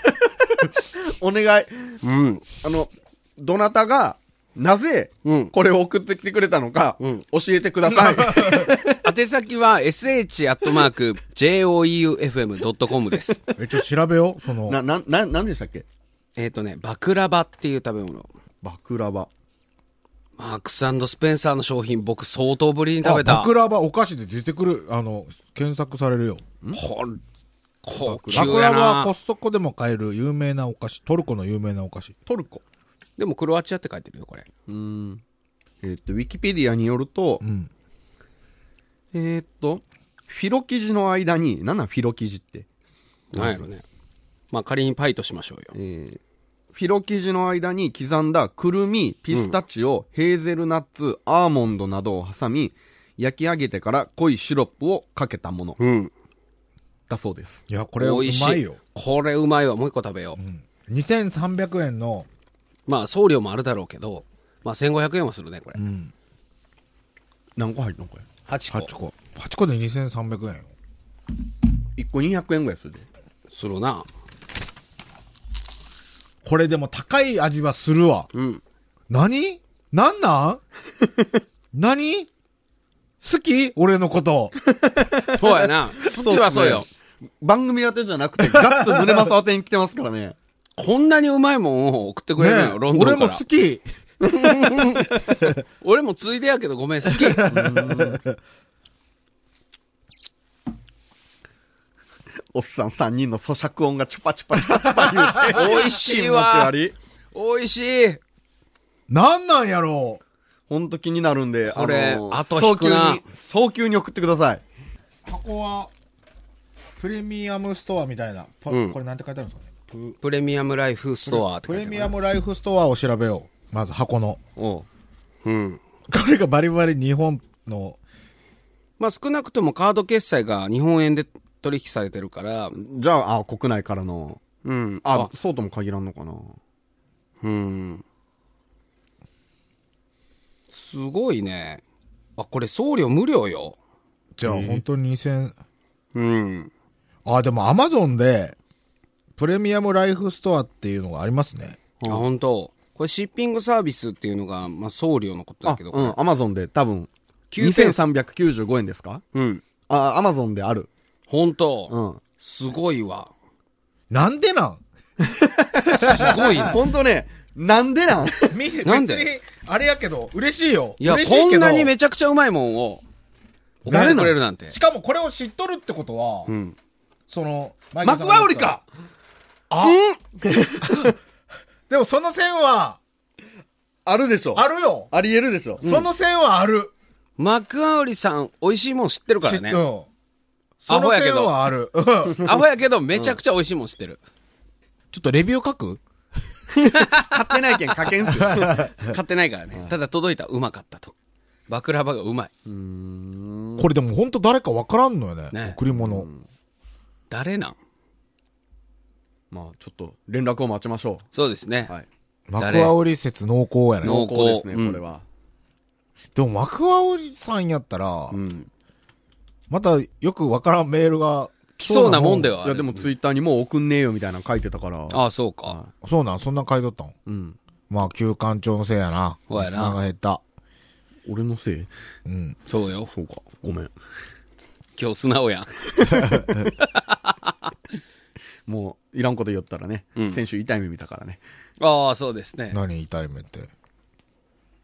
Speaker 3: お願い。
Speaker 4: い。うん。
Speaker 3: あの、どなたが、なぜ
Speaker 4: うん、
Speaker 3: これを送ってきてくれたのか、
Speaker 4: うん
Speaker 3: 教えてください。
Speaker 4: 宛先は sh.joeufm.com です。
Speaker 2: え、ちょっと調べよう。そ の、
Speaker 3: な、な、な、なんでしたっけ
Speaker 4: えっとね、バクラバっていう食べ物。
Speaker 3: バクラバ。
Speaker 4: マークススペンサーの商品、僕相当ぶりに食
Speaker 2: あ、
Speaker 4: べた。
Speaker 2: バクラバお菓子で出てくる、あの、検索されるよ。
Speaker 4: ほん高級
Speaker 2: バク
Speaker 4: や
Speaker 2: ラバはコ
Speaker 4: な。
Speaker 2: ストコでも買える有名なお菓子。トルコの有名なお菓子。
Speaker 3: トルコ。
Speaker 4: でもクロアチアって書いてるよ、これ。
Speaker 3: うーん。えーっと、ウィキペディアによると
Speaker 2: う、ん。
Speaker 3: えーっと、フィロ生地の間に、なんなんフィロ生地って。
Speaker 4: なんやろね。まあ仮にパイとしましょうよ。
Speaker 3: えーフィロ生地の間に刻んだくるみ、ピスタチオ、ヘーゼルナッツ、アーモンドなどを挟み、焼き上げてから濃いシロップをかけたもの
Speaker 4: うん。
Speaker 3: だそうです。
Speaker 2: いや、こ
Speaker 4: こ
Speaker 2: れうま
Speaker 4: 美味し
Speaker 2: い
Speaker 4: い
Speaker 2: よ。
Speaker 4: これうまいわ。もう一個食べよう。
Speaker 2: 2300円の、
Speaker 4: まあ送料もあるだろうけど、まあ1500円はするね、これ。
Speaker 2: うん。
Speaker 3: 何個入るのこれ。
Speaker 4: 8個。
Speaker 2: 8個。8個で2300円よ。
Speaker 3: 1個200円ぐらいするで。
Speaker 4: するな。
Speaker 2: これでも高い味はするわ。
Speaker 4: うん。
Speaker 2: 何なんなん 何好き俺のこと。
Speaker 4: そう やな。好きはそうよ。
Speaker 3: 番組宛てじゃなくて、ガッツムネマス宛てに来てますからね。
Speaker 4: こんなにうまいもんを送ってくれるのよ、
Speaker 2: ねえ
Speaker 4: ロンドンから。
Speaker 2: 俺も好き。
Speaker 4: 俺もついでやけどごめん、 好き。
Speaker 3: おっさん3人の咀嚼音がチュパチュパチュパチュパ言うて。
Speaker 4: 美味しい
Speaker 3: 気持ち
Speaker 4: わ。
Speaker 3: 悪い。
Speaker 4: 美味しい。
Speaker 2: なんなんやろう
Speaker 3: ほんと気になるんで、
Speaker 4: これ
Speaker 3: の
Speaker 4: 後引くな
Speaker 3: 早急に、早急に送ってください。
Speaker 2: 箱は、プレミアムストアみたいな。パ
Speaker 4: うん
Speaker 2: これなんて書いてあるんですかねプ
Speaker 4: プレミアムライフストアって
Speaker 2: プ
Speaker 4: 書いて
Speaker 2: レ
Speaker 4: ある
Speaker 2: ミアムライフストアを調べよう。まず箱の。
Speaker 3: おう
Speaker 4: うん。
Speaker 2: これがバリバリ日本の、
Speaker 4: まあ少なくともカード決済が日本円で取引されてるから、
Speaker 3: じゃあ、あ、国内からの。
Speaker 4: うん。
Speaker 3: あ、そうとも限らんのかな。
Speaker 4: うん。すごいね。あ、これ送料無料よ。
Speaker 2: じゃあ本当に2000、
Speaker 4: うん。
Speaker 2: あ、でもアマゾンで、プレミアムライフストアっていうのがありますね。
Speaker 4: あ、本当。これシッピングサービスっていうのが、まあ送料のことだ
Speaker 3: あ
Speaker 4: け、ど、こ
Speaker 3: う
Speaker 4: れ
Speaker 3: ん、アマゾンで多分、
Speaker 4: 9ペース
Speaker 3: 2395円ですか
Speaker 4: うん。
Speaker 3: あ、アマゾンである。
Speaker 4: 本
Speaker 3: う
Speaker 4: 当、
Speaker 3: ん。
Speaker 4: すごいわ。
Speaker 2: なんでなん
Speaker 4: すご いな。
Speaker 3: ほんとね、なんで なん
Speaker 2: み別
Speaker 4: なん
Speaker 2: に
Speaker 4: で
Speaker 2: あれやけど、嬉しいよ。
Speaker 4: いや、
Speaker 2: 嬉しいけ
Speaker 4: こ
Speaker 2: ど
Speaker 4: んなにめちゃくちゃうまいもんを、お金くれるなんて
Speaker 2: し。かもこれを知っとるってことは、
Speaker 4: うん。
Speaker 2: その、マ
Speaker 3: マクワウリか
Speaker 2: あ でもその線は、
Speaker 3: あるでしょ
Speaker 2: あるよ。
Speaker 3: ありえるでしょ
Speaker 2: その線はある。
Speaker 4: マクアオリさん、美味しいもん知ってるからね
Speaker 2: し。うんその線はある。 うん
Speaker 4: アホやけど、めちゃくちゃ美味しいもん知ってる。
Speaker 2: ちょっとレビュー書く
Speaker 3: 買ってないけん書けんすよ。
Speaker 4: 買ってないからね。ただ届いたらうまかったと。バクラバがうまい。
Speaker 2: これでも本当誰かわからんのよね。
Speaker 4: ね
Speaker 2: 贈り物。
Speaker 4: 誰なん
Speaker 3: まあ、ちょっと連絡を待ちましょ
Speaker 4: そうですね
Speaker 3: う。。はい。
Speaker 2: マクワオリ説濃厚やね。
Speaker 4: 濃厚
Speaker 3: 濃厚です
Speaker 4: うん
Speaker 3: ね、これは。
Speaker 2: でも、マクワオリさんやったら、
Speaker 4: ん
Speaker 2: またよくわからんメールが
Speaker 4: 来そうなもんではあ
Speaker 3: い
Speaker 4: る。
Speaker 3: や、でもツイッターにもう送んねえよみたいなの書いてたから。
Speaker 4: ああ、そうか。
Speaker 2: そうなん、そんなん書いとったん
Speaker 3: うん。
Speaker 2: まあ、休館長のせいやな。
Speaker 4: そうやな
Speaker 2: リスナーが減った。
Speaker 3: 俺のせい
Speaker 2: うん。
Speaker 4: そうよ。
Speaker 3: そうか。ごめん。
Speaker 4: 今日素直やん。
Speaker 3: もう、いらんこと言ったらね、
Speaker 4: うん
Speaker 3: 先週痛い目見たからね。
Speaker 4: ああ、そうですね。
Speaker 2: 何痛い目って。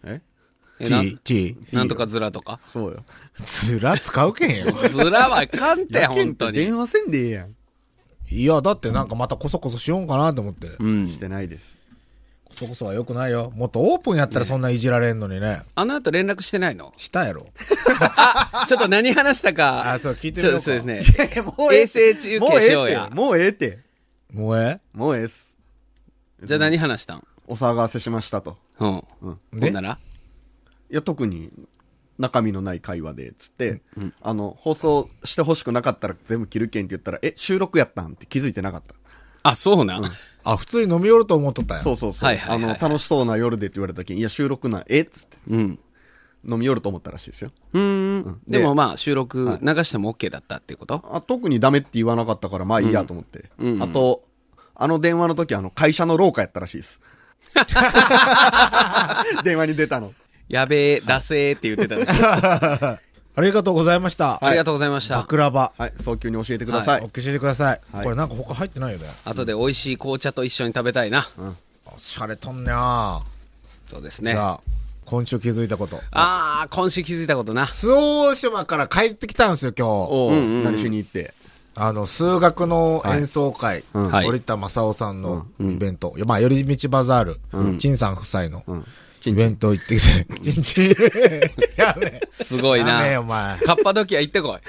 Speaker 3: え
Speaker 4: えな
Speaker 2: T、T。
Speaker 4: なんとかズラとか。
Speaker 3: そうよ。
Speaker 2: ずら使うけんよ。
Speaker 4: ズラは かんて、
Speaker 3: やけん
Speaker 4: 本当
Speaker 3: って
Speaker 4: に。
Speaker 3: 電話せんでええやん。
Speaker 2: いや、だってなんかまたこそこそしようんかなと思って。こ
Speaker 4: うん
Speaker 3: し。てないです。
Speaker 2: そこそは良くないよ。もっとオープンやったらそんないじられんのにね。
Speaker 4: あの後連絡してないの
Speaker 2: したやろ。
Speaker 4: ちょっと何話したか。
Speaker 2: あそう聞いてみようか
Speaker 4: ちょっとそうですね。
Speaker 3: え、も
Speaker 4: 衛星中継しようや。
Speaker 3: もうええって。
Speaker 2: もうえ
Speaker 3: もうええす。
Speaker 4: じゃあ何話したん
Speaker 3: お騒がせしましたと。
Speaker 4: うん。
Speaker 3: うん。
Speaker 4: ほんなら
Speaker 3: いや、特に中身のない会話で、つって、あの、放送してほしくなかったら全部切るけんって言ったら、え、収録やったんって気づいてなかった。
Speaker 4: あ、そうなん。
Speaker 2: あ、普通に飲み寄ると思っとったんや
Speaker 3: そうそうそう。
Speaker 4: はいはいはいはい
Speaker 3: あの、楽しそうな夜でって言われた時に、いや、収録なん、えっつって、
Speaker 4: うん。
Speaker 3: 飲み寄ると思ったらしいですよ。
Speaker 4: うーん。で
Speaker 3: で
Speaker 4: もまあ収録流しても OK だったっていうこと
Speaker 3: あ特にダメって言わなかったから、まあいいやと思って。
Speaker 4: うんうん
Speaker 3: あと、あの電話の時、あの、会社の廊下やったらしい です。電話に出たの。
Speaker 4: やべえ、出せーって言ってた時
Speaker 2: ありがとうございました。
Speaker 4: ありがとうございまし
Speaker 2: バ
Speaker 4: た。
Speaker 2: クラバ。
Speaker 3: はい、早急に教えてくださ
Speaker 2: 教
Speaker 3: い。
Speaker 2: えてください。
Speaker 3: はい
Speaker 2: これなんか他入ってないよね。
Speaker 4: 後で美味しい紅茶と一緒に食べたいな。
Speaker 2: おしゃれとんねゃ
Speaker 4: そうです
Speaker 2: ー。
Speaker 4: ね。
Speaker 2: じ
Speaker 4: あ
Speaker 2: ゃあ、今週気づいたこと。
Speaker 4: あー、今週気づいたことな。
Speaker 2: 周防大島から帰ってきたんですよ、今日。
Speaker 3: おう、
Speaker 4: うんうんうん
Speaker 3: 何しに行って。
Speaker 2: あの、数学の演奏会。
Speaker 3: うん
Speaker 4: はい
Speaker 2: 折田正夫さんのイベント。まあ、寄り道バザール。陳さん夫妻の。
Speaker 3: うん。
Speaker 2: イベント行ってきて。ちんちん。やべえ。
Speaker 4: すごい
Speaker 2: やべえ、
Speaker 4: な。
Speaker 2: お前。
Speaker 4: カッパドキア行ってこい。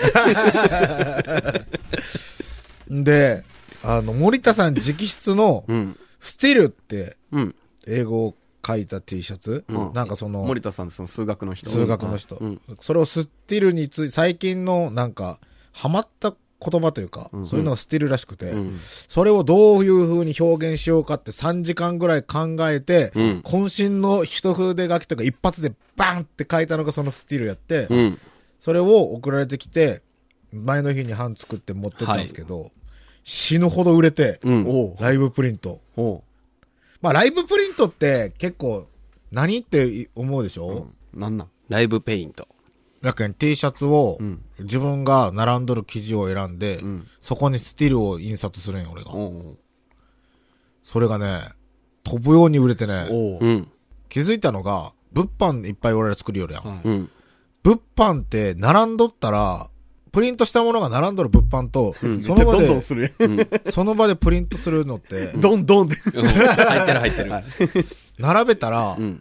Speaker 2: で、あの、森田さん直筆の、
Speaker 4: うん。
Speaker 2: スティルって
Speaker 4: うん。
Speaker 2: 英語を書いた T シャツ、
Speaker 3: うん
Speaker 2: なんかその、
Speaker 3: 森田さんですその数学の人。
Speaker 2: 数学の人、
Speaker 4: うん
Speaker 2: それをスティルについ最近のなんかハマった言葉というか、そういうのがスティルらしくて、それをどういう風に表現しようかって3時間ぐらい考えて、
Speaker 4: うん
Speaker 2: 渾身の一筆書きというか一発でバンって書いたのがそのスティルやって、
Speaker 4: うん。
Speaker 2: それを送られてきて前の日に版作って持ってったんですけど、死ぬほど売れて、
Speaker 4: うん。
Speaker 3: おう。
Speaker 2: ライブプリント
Speaker 3: おう。
Speaker 2: まあ、ライブプリントって結構、何って思うでしょ、
Speaker 3: なんなん
Speaker 4: ライブペイント。
Speaker 2: だけど T シャツを
Speaker 3: ん、
Speaker 2: 自分が並んどる生地を選んで、
Speaker 3: ん
Speaker 2: そこにスティルを印刷するんよ、俺が。
Speaker 3: おう
Speaker 2: それがね、飛ぶように売れてね、
Speaker 3: おう。
Speaker 4: うん。
Speaker 2: 気づいたのが、物販いっぱい俺ら作るよりやん。
Speaker 3: はい
Speaker 4: うん。
Speaker 2: 物販って並んどったら、プリントしたものが並んどる物販と、そ
Speaker 3: めっち
Speaker 2: の
Speaker 3: ゃ
Speaker 2: 場
Speaker 3: どん
Speaker 2: で、
Speaker 3: どんする
Speaker 2: その場でプリントするのって
Speaker 3: やん。、どんどんで。
Speaker 4: うん入ってる入ってる。
Speaker 2: 並べたら、
Speaker 4: うん。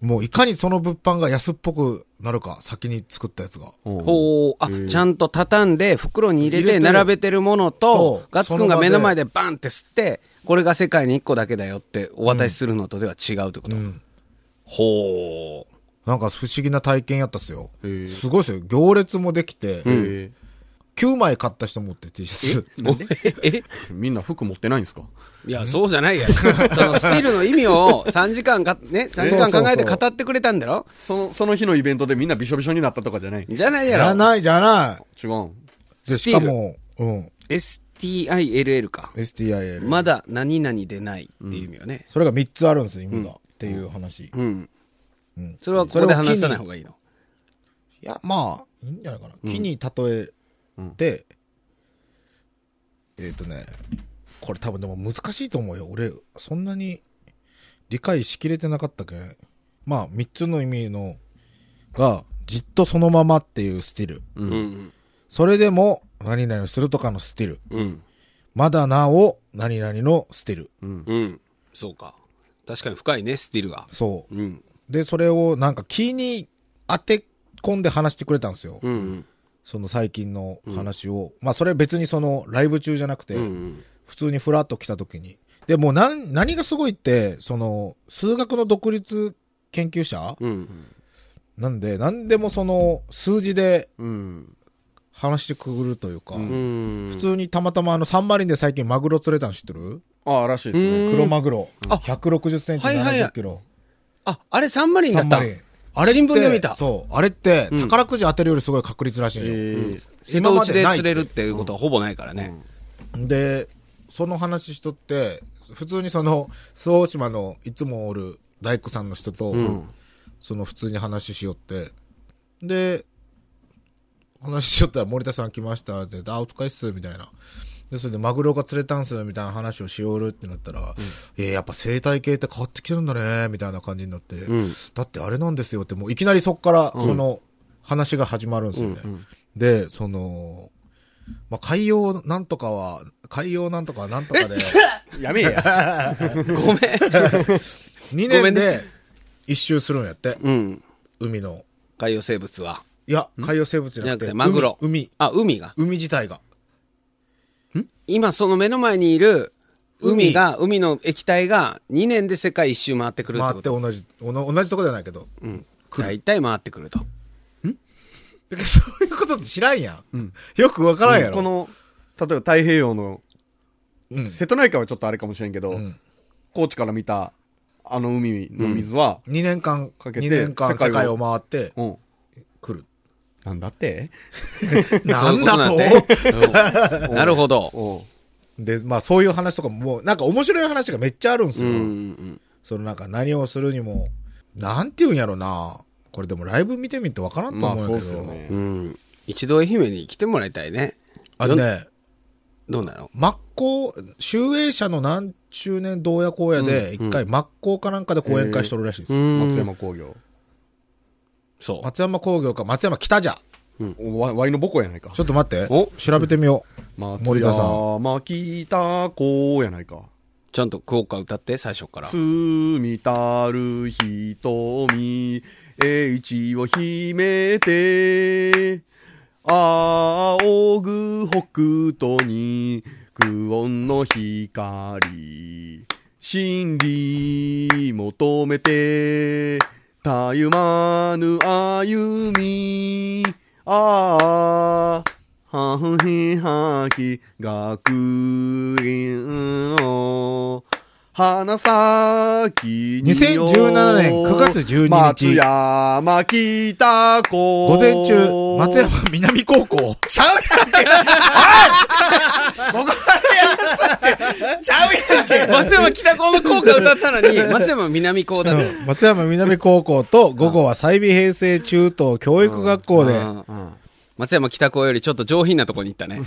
Speaker 2: もういかにその物販が安っぽくなるか、先に作ったやつが。
Speaker 3: おう。
Speaker 4: ほう、あ、ちゃんと畳んで、袋に入れ
Speaker 2: 入れ
Speaker 4: て、
Speaker 2: てる
Speaker 4: 並べてるものと
Speaker 2: と、
Speaker 4: ガッツくんが目の前でバンって吸って、これが世界に1個だけだよってお渡しするのとでは違うってこと。
Speaker 2: うん。
Speaker 4: ほう。
Speaker 2: なんか不思議な体験やったっすよ。
Speaker 3: へえ
Speaker 2: すごいっすよ。行列もできて、
Speaker 4: ん
Speaker 3: へ
Speaker 2: 9枚買った人持って T シャツ。
Speaker 4: え
Speaker 3: えみんな服持ってないんですか
Speaker 4: いや、そうじ ゃないや。そのスティルの意味を3時間か、ね、3時間考えて語ってくれたんだろ
Speaker 3: その、その日のイベントでみんなびしょびしょになったとかじゃない
Speaker 4: じゃな い
Speaker 2: じ
Speaker 4: や
Speaker 2: ゃ
Speaker 4: ろ。
Speaker 2: ないじゃな
Speaker 3: 違うん。
Speaker 2: い。で、
Speaker 4: ステ
Speaker 2: し
Speaker 4: ィ
Speaker 2: か
Speaker 4: ール
Speaker 2: も、うん。
Speaker 4: STILL か。
Speaker 2: STIL。
Speaker 4: まだ何々でないっていう意味よね。
Speaker 2: それが3つあるんです、意味が。っていう話。い
Speaker 4: うん。それはここで話さない方がいいの。
Speaker 2: や、まあ、いいんじゃないかな。木に例えて、えっ、とね、これ多分でも難しいと思うよ。俺、そんなに理解しきれてなかったけんまあ、3つの意味のが、じっとそのままっていうスティル。
Speaker 4: うん。
Speaker 2: それでも、何々をするとかのスティル。
Speaker 4: うん。
Speaker 2: まだなお、何々のスティル。
Speaker 4: うん。そうか。確かに深いね、スティルが。
Speaker 2: そう。
Speaker 4: うん。
Speaker 2: で、それをなんか気に当て込んで話してくれたんですよ。
Speaker 4: うんうん。
Speaker 2: その最近の話を。まあ、それは別にそのライブ中じゃなくて、
Speaker 4: うんうん。
Speaker 2: 普通にフラッと来た時に。で、もう何、何がすごいって、その、数学の独立研究者
Speaker 4: うん。
Speaker 2: なんで、何でもその、数字で
Speaker 3: うん。
Speaker 2: 話してくるというか、
Speaker 4: うん。
Speaker 2: 普通にたまたまあの、サンマリンで最近マグロ釣れたの知ってる
Speaker 3: ああ、らしいですね。
Speaker 4: うん
Speaker 2: 黒マグロ。
Speaker 4: あ
Speaker 2: 160センチ、
Speaker 4: はいはいはい
Speaker 2: 70キロ。
Speaker 4: あ、あれサンマリンだ
Speaker 2: サン
Speaker 4: った
Speaker 2: マ。リン。あれって
Speaker 4: 新聞で見た
Speaker 2: そう。あれって、
Speaker 4: ん
Speaker 2: 宝くじ当てるよりすごい確率らしいんよ。
Speaker 3: え
Speaker 4: 瀬戸内で釣れるっていうことはほぼないからね。
Speaker 2: で、その話しとって、普通にその、周防大島のいつもおる大工さんの人と、その普通に話しよって、で、話しよったら森田さん来ましたって、あ、お疲れっす、みたいな。で、それでマグロが釣れたんす、みたいな話をしおるってなったら、えやっぱ生態系って変わってきてるんだね、みたいな感じになって、だってあれなんですよって、もういきなりそっから、その、話が始まるんですよね。で、その、まあ、海洋なんとかは、海洋なんとかはなんとかで、
Speaker 3: やめえや。
Speaker 4: ごめん。
Speaker 2: 2
Speaker 4: ごめ
Speaker 2: 年
Speaker 4: ん
Speaker 2: で
Speaker 4: ね
Speaker 2: 一周するんやって、
Speaker 4: うん。
Speaker 2: 海の。
Speaker 4: 海洋生物は。
Speaker 2: いや、海洋生物じゃなく
Speaker 4: じゃな
Speaker 2: て、
Speaker 4: くてマグロ
Speaker 2: 海、
Speaker 4: あ、海が。
Speaker 2: 海海自体が。
Speaker 4: 今その目の前にいる海が、海の液体が2年で世界一周回ってくるって
Speaker 2: 回っ
Speaker 4: こ
Speaker 2: て
Speaker 4: と。
Speaker 2: 同じ、おの同じとこじゃないけど。
Speaker 4: うん。大体回ってくると。
Speaker 2: だからそういうことって知らんやん。よくわからんやろ。
Speaker 3: この、例えば太平洋の、
Speaker 2: うん
Speaker 3: 瀬戸内海はちょっとあれかもしれんけど、
Speaker 2: ん
Speaker 3: 高知から見た、あの海の水は、
Speaker 2: 2年間、
Speaker 3: かけて
Speaker 2: 二年間世
Speaker 3: 世
Speaker 2: 界
Speaker 3: 界
Speaker 2: を
Speaker 3: を
Speaker 2: 回って
Speaker 3: うん。
Speaker 2: 来る。
Speaker 3: なんだって
Speaker 2: なんだと
Speaker 4: そういうことなんてうんなるほど。
Speaker 3: おう
Speaker 2: で、まあそういう話とかももう、なんか面白い話がめっちゃあるんです
Speaker 4: うん
Speaker 2: よ。
Speaker 4: うん
Speaker 2: そのなんか何をするにも、なんて言うんやろな。これでもライブ見てみんとわからんと
Speaker 3: まあ
Speaker 2: 思
Speaker 3: そううん
Speaker 2: やけ
Speaker 3: っす
Speaker 2: ど。あ
Speaker 3: よね
Speaker 4: うん。う。ん。一度愛媛に来てもらいたいね。
Speaker 2: のね、
Speaker 4: どうなの
Speaker 2: 真っ向、集英社の何周年洞爺荒野で、一回真っ向かなんかで講演会しとるらしいです。
Speaker 4: ん
Speaker 3: 松山工業。
Speaker 4: そ
Speaker 2: 松山工業か、松山北じゃ。
Speaker 3: おわワイの母校やないか
Speaker 2: ち。ょっと待って
Speaker 4: お。
Speaker 2: 調べてみよう。森田さん。
Speaker 3: ん。きた子やないか。
Speaker 4: う。ちゃんとクオカ歌って、最初から。
Speaker 3: 住みたる瞳、英知を秘めて、仰ぐ北斗に、苦音の光、真理求めて、たゆまぬ歩み、ああ、はふへはき、学園の、花咲きによ
Speaker 2: 2017年9月12日
Speaker 3: 松山北高
Speaker 2: 午前中、松山南高校。
Speaker 3: ちゃうやんけおいそこまでやるさってちゃうやんけ
Speaker 4: 松山北高の効果歌った のに、松山南高だった。
Speaker 2: 松山南高校と午後は済美平成中等教育学校で、
Speaker 4: うん松山北高よりちょっと上品なとこに行ったね。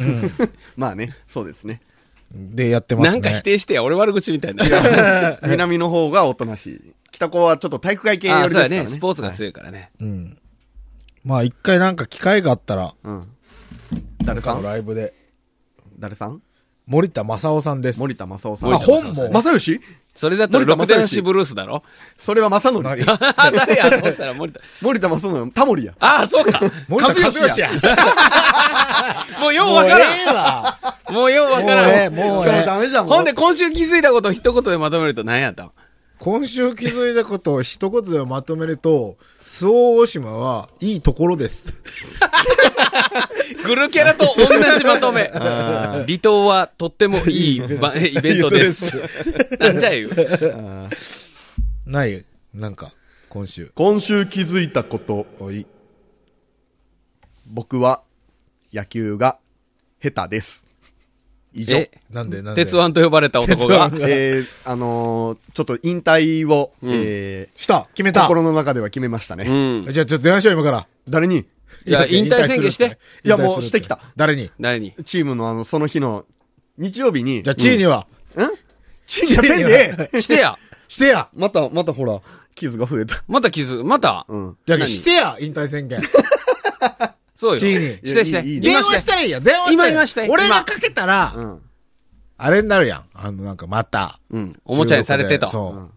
Speaker 3: まあね、そうですね。
Speaker 2: でやってますね。
Speaker 4: なんか否定してや、俺悪口みたいな。
Speaker 3: 南の方がおとなしい。北高はちょっと体育会系よりで
Speaker 4: あ、
Speaker 3: す
Speaker 4: そう
Speaker 3: から
Speaker 4: や
Speaker 3: ね。
Speaker 4: ね。スポーツが強いからね。
Speaker 2: うん。まあ一回なんか機会があったら、
Speaker 3: うん。誰さ
Speaker 2: 他の
Speaker 3: ん
Speaker 2: ライブで、
Speaker 3: 誰さん
Speaker 2: 森田正夫さんです。
Speaker 3: 森田正夫さん。
Speaker 2: あ、本も。
Speaker 3: 正義
Speaker 4: それだったら、六電子ブルースだろ
Speaker 3: それは正則。
Speaker 2: 何
Speaker 4: あ、 誰やどうしたら森田。
Speaker 3: 森田正則、タモリや。
Speaker 4: あ、そうか。
Speaker 2: 森田和義や。
Speaker 4: もうよう
Speaker 2: もう
Speaker 4: わ
Speaker 2: え
Speaker 4: から
Speaker 2: えわ。
Speaker 4: ん。もうようわ
Speaker 2: もう
Speaker 4: から
Speaker 2: ええ、
Speaker 4: ん。
Speaker 2: もう
Speaker 3: 今
Speaker 2: え
Speaker 3: 日ダ
Speaker 2: え。
Speaker 3: メじゃん。もう
Speaker 4: ほんで、今週気づいたことを一言でまとめると何やったん
Speaker 2: 今週気づいたことを一言でまとめると、周防大島はいいところです。
Speaker 4: グルキャラと同じまとめ。離島はとってもいいばイベントです。なんじゃいう。
Speaker 2: ないなんか、今週。
Speaker 3: 今週気づいたこと、
Speaker 2: おい。
Speaker 3: 僕は野球が下手です。以上。
Speaker 4: え、
Speaker 2: なんでなんで
Speaker 4: 鉄腕と呼ばれた男が
Speaker 2: 鉄。腕
Speaker 3: えー、あのーちょっと引退を、え
Speaker 2: した決め
Speaker 3: ー、
Speaker 2: た
Speaker 3: 心の中では決めましたね。
Speaker 4: うん。
Speaker 2: じゃあちょっと電話しよう今から。
Speaker 3: 誰に
Speaker 4: いや、引退宣言して。
Speaker 2: 引退するって。
Speaker 3: い
Speaker 2: 引退するっ
Speaker 3: や
Speaker 2: て
Speaker 3: もうしてきた。
Speaker 2: 誰に
Speaker 4: 誰に
Speaker 3: チームのあの、その日の、日曜日に、
Speaker 2: じゃあ、チーには、
Speaker 3: チームせんで、
Speaker 4: してや。
Speaker 2: してや
Speaker 3: また、またほら、傷が増えた。
Speaker 4: また傷。また。
Speaker 3: うん。
Speaker 2: じゃあ、
Speaker 4: 何
Speaker 2: してや引退宣言。
Speaker 4: そうよ。
Speaker 2: チーニー
Speaker 4: してして。
Speaker 3: いいいい
Speaker 2: 電
Speaker 4: いま
Speaker 2: 話したらいいやん電話したらいい
Speaker 4: 今いましたよ
Speaker 2: 俺が
Speaker 4: 今
Speaker 2: かけたら、
Speaker 3: ん
Speaker 2: あれになるやん。あの、なんかまた。
Speaker 4: うん。おもちゃにされてと。
Speaker 2: そう。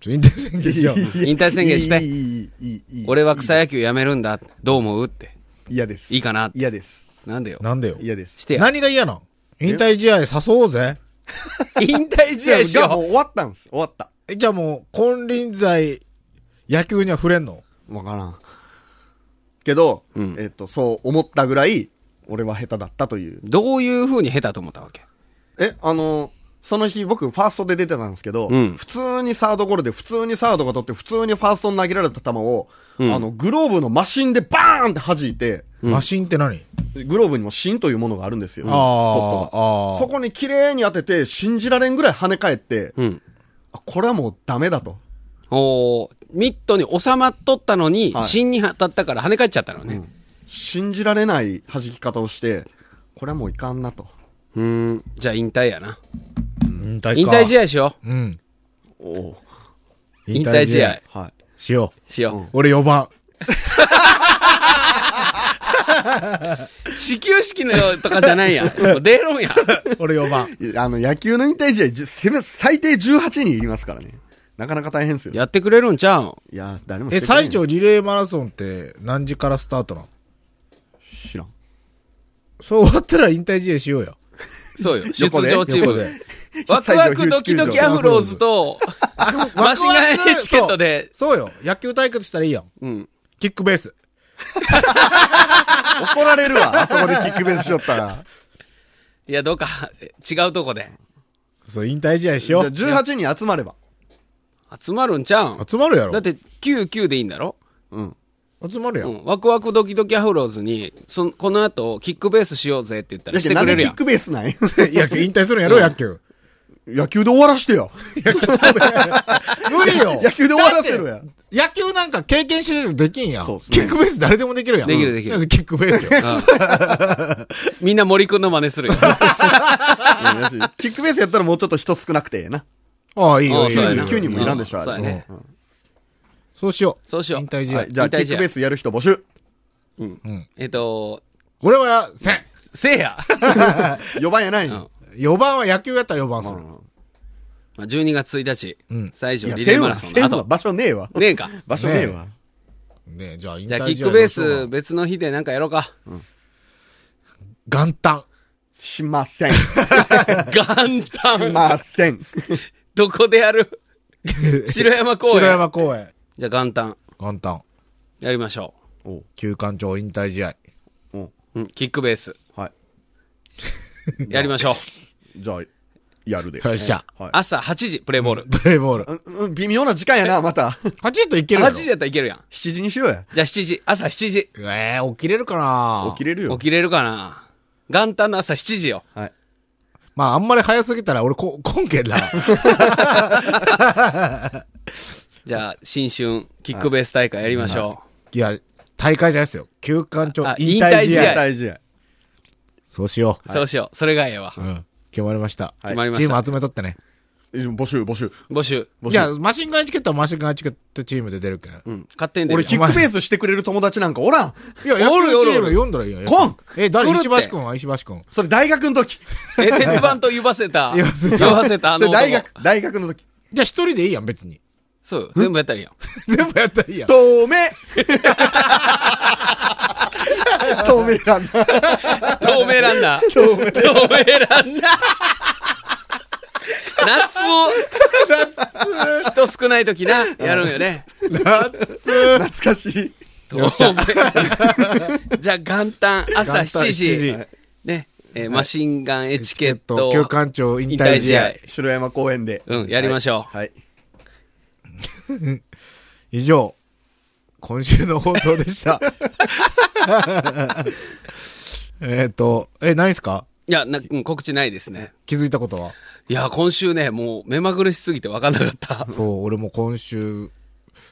Speaker 2: ちょ、インタビュー宣言しよ う。
Speaker 4: 引退宣言して
Speaker 3: いいいいいいいい
Speaker 4: 俺は草野球やめるんだ。どう思うって。
Speaker 3: 嫌です
Speaker 4: いいかな
Speaker 3: 嫌です
Speaker 4: なんでよ。
Speaker 2: なんでよ。
Speaker 3: 嫌です
Speaker 4: してや。
Speaker 2: 何が嫌なん引退試合誘おうぜ。
Speaker 4: 引退試合し
Speaker 3: じ ゃあもう
Speaker 4: よ
Speaker 3: 終わったんです終わった
Speaker 2: えじゃあもう、金輪際、野球には触れんの
Speaker 5: わからん。
Speaker 3: けど、
Speaker 4: うん
Speaker 3: えっとそう思ったぐらい俺は下手だったという
Speaker 4: う。どういう風に下手と思ったわけ
Speaker 3: えあのその日僕ファーストで出てたんですけど、
Speaker 4: うん
Speaker 3: 普通にサードゴロで普通にサードが取って普通にファーストに投げられた球を、あのグローブのマシンでバーンって弾いて
Speaker 2: マシンって何
Speaker 3: グローブにも芯というものがあるんですよ、
Speaker 2: あ
Speaker 3: スポット
Speaker 2: あ
Speaker 3: が、
Speaker 2: ああ。
Speaker 3: そこに綺麗に当てて信じられんぐらい跳ね返って、
Speaker 4: うん。
Speaker 3: あこれはもうダメだと
Speaker 4: おーミットに収まっとったのに、
Speaker 3: はい
Speaker 4: 芯に当たったから跳ね返っちゃったのね。
Speaker 3: 信じられない弾き方をしてこれはもういかんなと
Speaker 4: うーん。じゃあ引退やな。
Speaker 2: 引退か。
Speaker 4: 引退試合しよ
Speaker 2: うん。
Speaker 3: お
Speaker 4: う。引退試合。
Speaker 3: はい
Speaker 2: しよ
Speaker 4: しよ
Speaker 2: う。俺4番。
Speaker 4: う。始球式のよとかじゃないやん。もう出ろんや。
Speaker 2: 俺4番。
Speaker 3: いやあの、野球の引退試合じゅ、せめ、最低18人いますからね。なかなか大変ですよ。いや、
Speaker 4: やってくれるんちゃうん
Speaker 3: 誰も
Speaker 2: え、
Speaker 3: してくれん
Speaker 2: 最長リレーマラソンって何時からスタートなの
Speaker 3: 知らん。
Speaker 2: そう終わったら引退試合しようよ。
Speaker 4: そうよ。出
Speaker 3: 横で
Speaker 4: 場チー
Speaker 2: 横
Speaker 4: ム
Speaker 2: で。
Speaker 4: ワクワクドキドキアフローズと、マシンガンエチケットで、
Speaker 2: そうそうよ。野球対決したらいいやん。
Speaker 4: うん。
Speaker 2: キックベース。
Speaker 3: 怒られるわ、あそこでキックベースしよったら。
Speaker 4: いや、どうか、違うとこで。
Speaker 2: そう、引退試合し
Speaker 3: じゃ
Speaker 2: よ
Speaker 3: あ
Speaker 2: う。
Speaker 3: 18人集まれば。
Speaker 4: 集まるんちゃうん
Speaker 2: 集まるやろ。
Speaker 4: だって、9、9でいいんだろ
Speaker 3: うん。
Speaker 2: 集まるや。
Speaker 4: うんん。ワクワクドキドキアフローズに、その、この後、キックベースしようぜって言ったらして
Speaker 3: な
Speaker 4: く
Speaker 3: ん
Speaker 4: れ
Speaker 3: でキ
Speaker 4: るや
Speaker 3: ッ
Speaker 4: ん。
Speaker 3: クベースない
Speaker 2: 野球引退するんやろ、野球。
Speaker 3: 野球で終わらしてよ。
Speaker 2: 無理よ。
Speaker 3: 野球で終わらせろや。
Speaker 2: 野球なんか経験してるとできんやん。
Speaker 3: そうっす
Speaker 2: キ
Speaker 3: ね
Speaker 2: ックベース誰でもできるやん。
Speaker 4: できるできる
Speaker 2: うんキックベースよ。
Speaker 4: みんな森くんの真似する よ。
Speaker 3: うんよしキックベースやったらもうちょっと人少なくてええな。
Speaker 2: ああ、いいよ、
Speaker 4: あ
Speaker 2: いい
Speaker 4: そうやな
Speaker 2: よ。
Speaker 3: 9人もいらんでしょ、
Speaker 4: うん
Speaker 3: あれ。
Speaker 4: そうやね
Speaker 3: ん
Speaker 2: そうしよう。
Speaker 4: そうしよう
Speaker 2: 引退試
Speaker 3: は
Speaker 2: 合
Speaker 3: い。じゃあ、
Speaker 4: 引
Speaker 3: キ
Speaker 4: 退試合
Speaker 3: ックベースやる人募集。
Speaker 4: えっと、
Speaker 2: 俺は、せん。
Speaker 4: せいや。
Speaker 3: 4番やないん
Speaker 4: ん
Speaker 2: 4番は野球やったら4番する。
Speaker 4: まあ12月1日、
Speaker 2: ん
Speaker 4: 最初
Speaker 3: いや、
Speaker 4: リレ
Speaker 3: せ
Speaker 4: ー
Speaker 3: ん
Speaker 4: マラ
Speaker 3: わ、
Speaker 4: ソン
Speaker 3: せ
Speaker 4: の
Speaker 3: んわ。
Speaker 4: 後。
Speaker 3: 場所ねえわ。
Speaker 4: ねえか。
Speaker 3: 場所ねえわ。
Speaker 2: ねえ、じゃあ引退
Speaker 4: じ
Speaker 2: 試
Speaker 4: ゃ
Speaker 2: 合
Speaker 4: あ、キックベー
Speaker 2: どうしよ
Speaker 4: ス
Speaker 2: うか
Speaker 4: 別の日でなんかやろうか。
Speaker 2: な。元旦。
Speaker 3: しません。
Speaker 4: 元
Speaker 3: し
Speaker 4: 旦、
Speaker 3: ません。
Speaker 4: どこでやる城山公園。
Speaker 2: 白山公園。
Speaker 4: じゃあ、元旦、
Speaker 2: 元旦。
Speaker 4: やりましょ
Speaker 3: おう
Speaker 2: 旧館長引退試合。
Speaker 3: おう
Speaker 4: う。うん、キックベース。
Speaker 3: はい。
Speaker 4: やりましょう。
Speaker 3: じゃあ、やるで。
Speaker 2: よっしゃ。
Speaker 3: はい
Speaker 4: 朝8時、プレイボール。
Speaker 2: プレイボール。
Speaker 3: うんうん微妙な時間やな、また。
Speaker 2: 8時といけるや
Speaker 4: 8
Speaker 2: ろ
Speaker 4: 時やったらいけるやん。
Speaker 3: 7時にしようや。
Speaker 4: じゃあ7時、朝7時。
Speaker 2: ええ起きれるかな
Speaker 3: 起きれる
Speaker 4: 起
Speaker 3: よ。
Speaker 4: きれるかな元旦の朝7時よ。
Speaker 3: はい。
Speaker 2: まあ、あんまり早すぎたら俺こ、 こんけんな。
Speaker 4: じゃあ、新春、キックベース大会やりましょ
Speaker 2: いや、大会じゃないですよ。休館長
Speaker 4: あ
Speaker 2: 引退
Speaker 4: 引退
Speaker 2: 試
Speaker 4: 試
Speaker 2: 合。
Speaker 4: 合
Speaker 3: 大事や。
Speaker 2: そうしよ
Speaker 4: う。そうしよう。それがええわ。
Speaker 2: う。うん。決まりました。
Speaker 4: 決まりました
Speaker 2: チーム集めとってね。
Speaker 3: 募集、募集。
Speaker 4: 募集。
Speaker 3: 募集。
Speaker 2: いや、マシンガンエチケットはマシンガンエチケットチームで出るけん。
Speaker 4: うん。勝手に出る
Speaker 3: 俺、
Speaker 4: やん
Speaker 3: キックベースしてくれる友達なんかおらん。
Speaker 2: いや、野
Speaker 4: おるよ
Speaker 2: 球チー
Speaker 4: お
Speaker 2: ム
Speaker 4: る
Speaker 2: 読んだらいいよ。
Speaker 3: こん
Speaker 2: え、誰
Speaker 4: おるって
Speaker 2: 石橋くんは石橋くん。
Speaker 3: それ大学の時。
Speaker 4: え、鉄板と言わせた。
Speaker 2: 言わせた
Speaker 4: 言わせた、あ
Speaker 3: そ
Speaker 4: の
Speaker 3: れ
Speaker 4: 男。
Speaker 3: 大学、大学の時。
Speaker 2: じゃあ一人でいいやん、別に。
Speaker 4: そう、全部やったらいいやん。
Speaker 2: 全部やったらいいやん。
Speaker 3: 透明透明なんだ。
Speaker 4: 透明ランナー。透明ランナー。夏を、人少ない時な、やるんよね。
Speaker 3: 懐かしい。
Speaker 4: 透明。 じゃあ元旦朝
Speaker 2: 元旦
Speaker 4: 7
Speaker 2: 7
Speaker 4: 時
Speaker 2: 時。
Speaker 4: ね、えーマシンガンエチケット。
Speaker 2: 旧館長引
Speaker 4: 引
Speaker 2: 退
Speaker 4: 退
Speaker 2: 試
Speaker 4: 試
Speaker 2: 合
Speaker 4: 合。
Speaker 3: 城山公園で。
Speaker 4: うんやりましょう
Speaker 3: はい。はい
Speaker 2: 以上、今週の放送でした。 えっと、え、ないっすか
Speaker 4: いや、なうん告知ないですね。
Speaker 2: 気づいたことはい
Speaker 4: や、今週ね、もう目まぐるしすぎて分かんなかった。
Speaker 2: そう、俺も今週、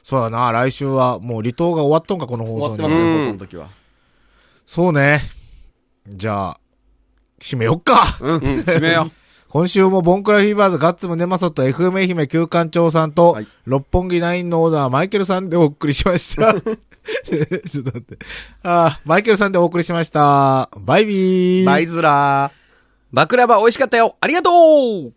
Speaker 2: そうやな、来週はもう離島が終わっとんか、この放
Speaker 3: 終わ
Speaker 2: 送
Speaker 3: って
Speaker 2: に
Speaker 3: ます。ね、
Speaker 4: うん
Speaker 3: 放送の時は。
Speaker 2: そうね。じゃあ、締めよっか。
Speaker 4: うん、締め よ
Speaker 2: 今週もボンクラフィーバーズガッツムネマソと FM 愛媛旧館長さんと、
Speaker 3: はい
Speaker 2: 六本木ナインのオーナーマイケルさんでお送りしました。ちょっと待って。あーマイケルさんでお送りしました。バイビー。
Speaker 6: バイズラー。
Speaker 4: バクラバ美味しかったよありがとう